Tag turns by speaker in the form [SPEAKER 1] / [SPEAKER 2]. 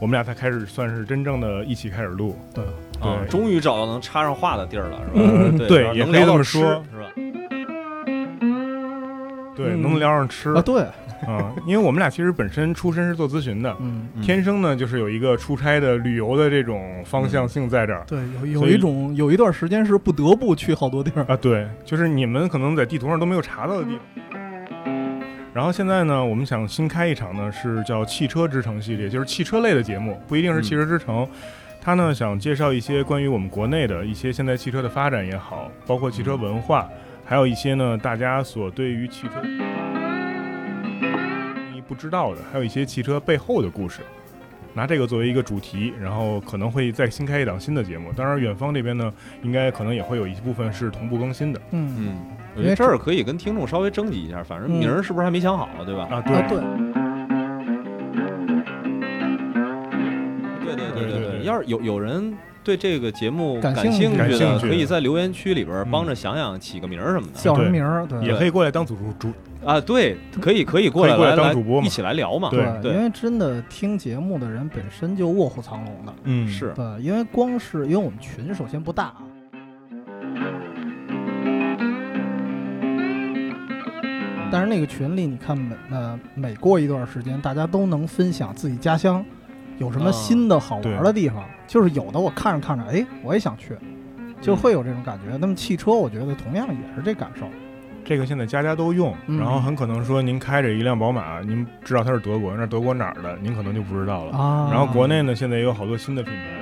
[SPEAKER 1] 我们俩才开始算是真正的一起开始录。对
[SPEAKER 2] 啊，
[SPEAKER 1] 对
[SPEAKER 2] 终于找到能插上话的地儿了，是吧？
[SPEAKER 1] 嗯
[SPEAKER 2] 对
[SPEAKER 1] 对
[SPEAKER 2] 然后
[SPEAKER 1] 也
[SPEAKER 2] 能
[SPEAKER 1] 可以
[SPEAKER 2] 聊
[SPEAKER 1] 这
[SPEAKER 2] 到
[SPEAKER 1] 么
[SPEAKER 2] 吃
[SPEAKER 1] 说
[SPEAKER 2] 是吧？
[SPEAKER 1] 对，
[SPEAKER 3] 嗯
[SPEAKER 1] 能聊上吃
[SPEAKER 3] 啊，对，
[SPEAKER 1] 啊，因为我们俩其实本身出身是做咨询的，
[SPEAKER 3] 嗯，
[SPEAKER 2] 嗯
[SPEAKER 1] 天生呢就是有一个出差的、旅游的这种方
[SPEAKER 3] 嗯
[SPEAKER 1] 向性在这儿。
[SPEAKER 3] 对，有
[SPEAKER 1] 所
[SPEAKER 3] 有
[SPEAKER 1] 以
[SPEAKER 3] 一种有一段时间是不得不去好多地儿，
[SPEAKER 1] 啊，对，就是你们可能在地图上都没有查到的地方。然后现在呢，我们想新开一场呢，是叫“汽车之城”系列，就是汽车类的节目，不一定是汽车之城。它呢想介绍一些关于我们国内的一些现在汽车的发展也好，包括汽车文化，还有一些呢大家所对于汽车你不知道的，还有一些汽车背后的故事。拿这个作为一个主题，然后可能会再新开一档新的节目。当然，远方这边呢，应该可能也会有一部分是同步更新的
[SPEAKER 3] 嗯
[SPEAKER 2] 嗯，我觉得这儿可以跟听众稍微征集一下，反正名儿是不是还没想好，对吧？
[SPEAKER 1] 啊。对
[SPEAKER 3] 啊，对，
[SPEAKER 2] 对对
[SPEAKER 1] 对
[SPEAKER 2] 对
[SPEAKER 1] 对对
[SPEAKER 2] 对，要是有有人对这个节目
[SPEAKER 3] 感
[SPEAKER 2] 感兴
[SPEAKER 3] 兴趣
[SPEAKER 1] 感兴
[SPEAKER 2] 的，
[SPEAKER 1] 趣
[SPEAKER 2] 可以在留言区里边
[SPEAKER 1] 嗯
[SPEAKER 2] 帮着想想起个名儿什么的
[SPEAKER 3] 叫什么名儿？啊
[SPEAKER 1] 也
[SPEAKER 3] 对，
[SPEAKER 1] 可以过来当主主主，
[SPEAKER 2] 啊。对，可以可以过
[SPEAKER 1] 可以
[SPEAKER 2] 来
[SPEAKER 1] 过来
[SPEAKER 2] 来
[SPEAKER 1] 当
[SPEAKER 2] 来
[SPEAKER 1] 主播嘛
[SPEAKER 2] 一起来聊嘛。
[SPEAKER 1] 对
[SPEAKER 2] 对
[SPEAKER 3] 因为真的听节目的人本身就卧虎藏龙的，
[SPEAKER 1] 嗯，
[SPEAKER 2] 是
[SPEAKER 3] 对，因为光是因为我们群首先不大，啊但是那个群里，你看每呃每过一段时间，大家都能分享自己家乡有什么
[SPEAKER 2] 啊
[SPEAKER 3] 新的好
[SPEAKER 1] 对
[SPEAKER 3] 玩的地方，就是有的我看着看着，哎，我也想去，
[SPEAKER 2] 嗯
[SPEAKER 3] 就会有这种感觉。那么汽车，我觉得同样也是这感受。
[SPEAKER 1] 这个现在家家都用，
[SPEAKER 3] 嗯
[SPEAKER 1] 然后很可能说您开着一辆宝马，您知道它是德国，那德国哪儿的，您可能就不知道了。
[SPEAKER 3] 啊
[SPEAKER 1] 然后国内呢，现在也有好多新的品牌，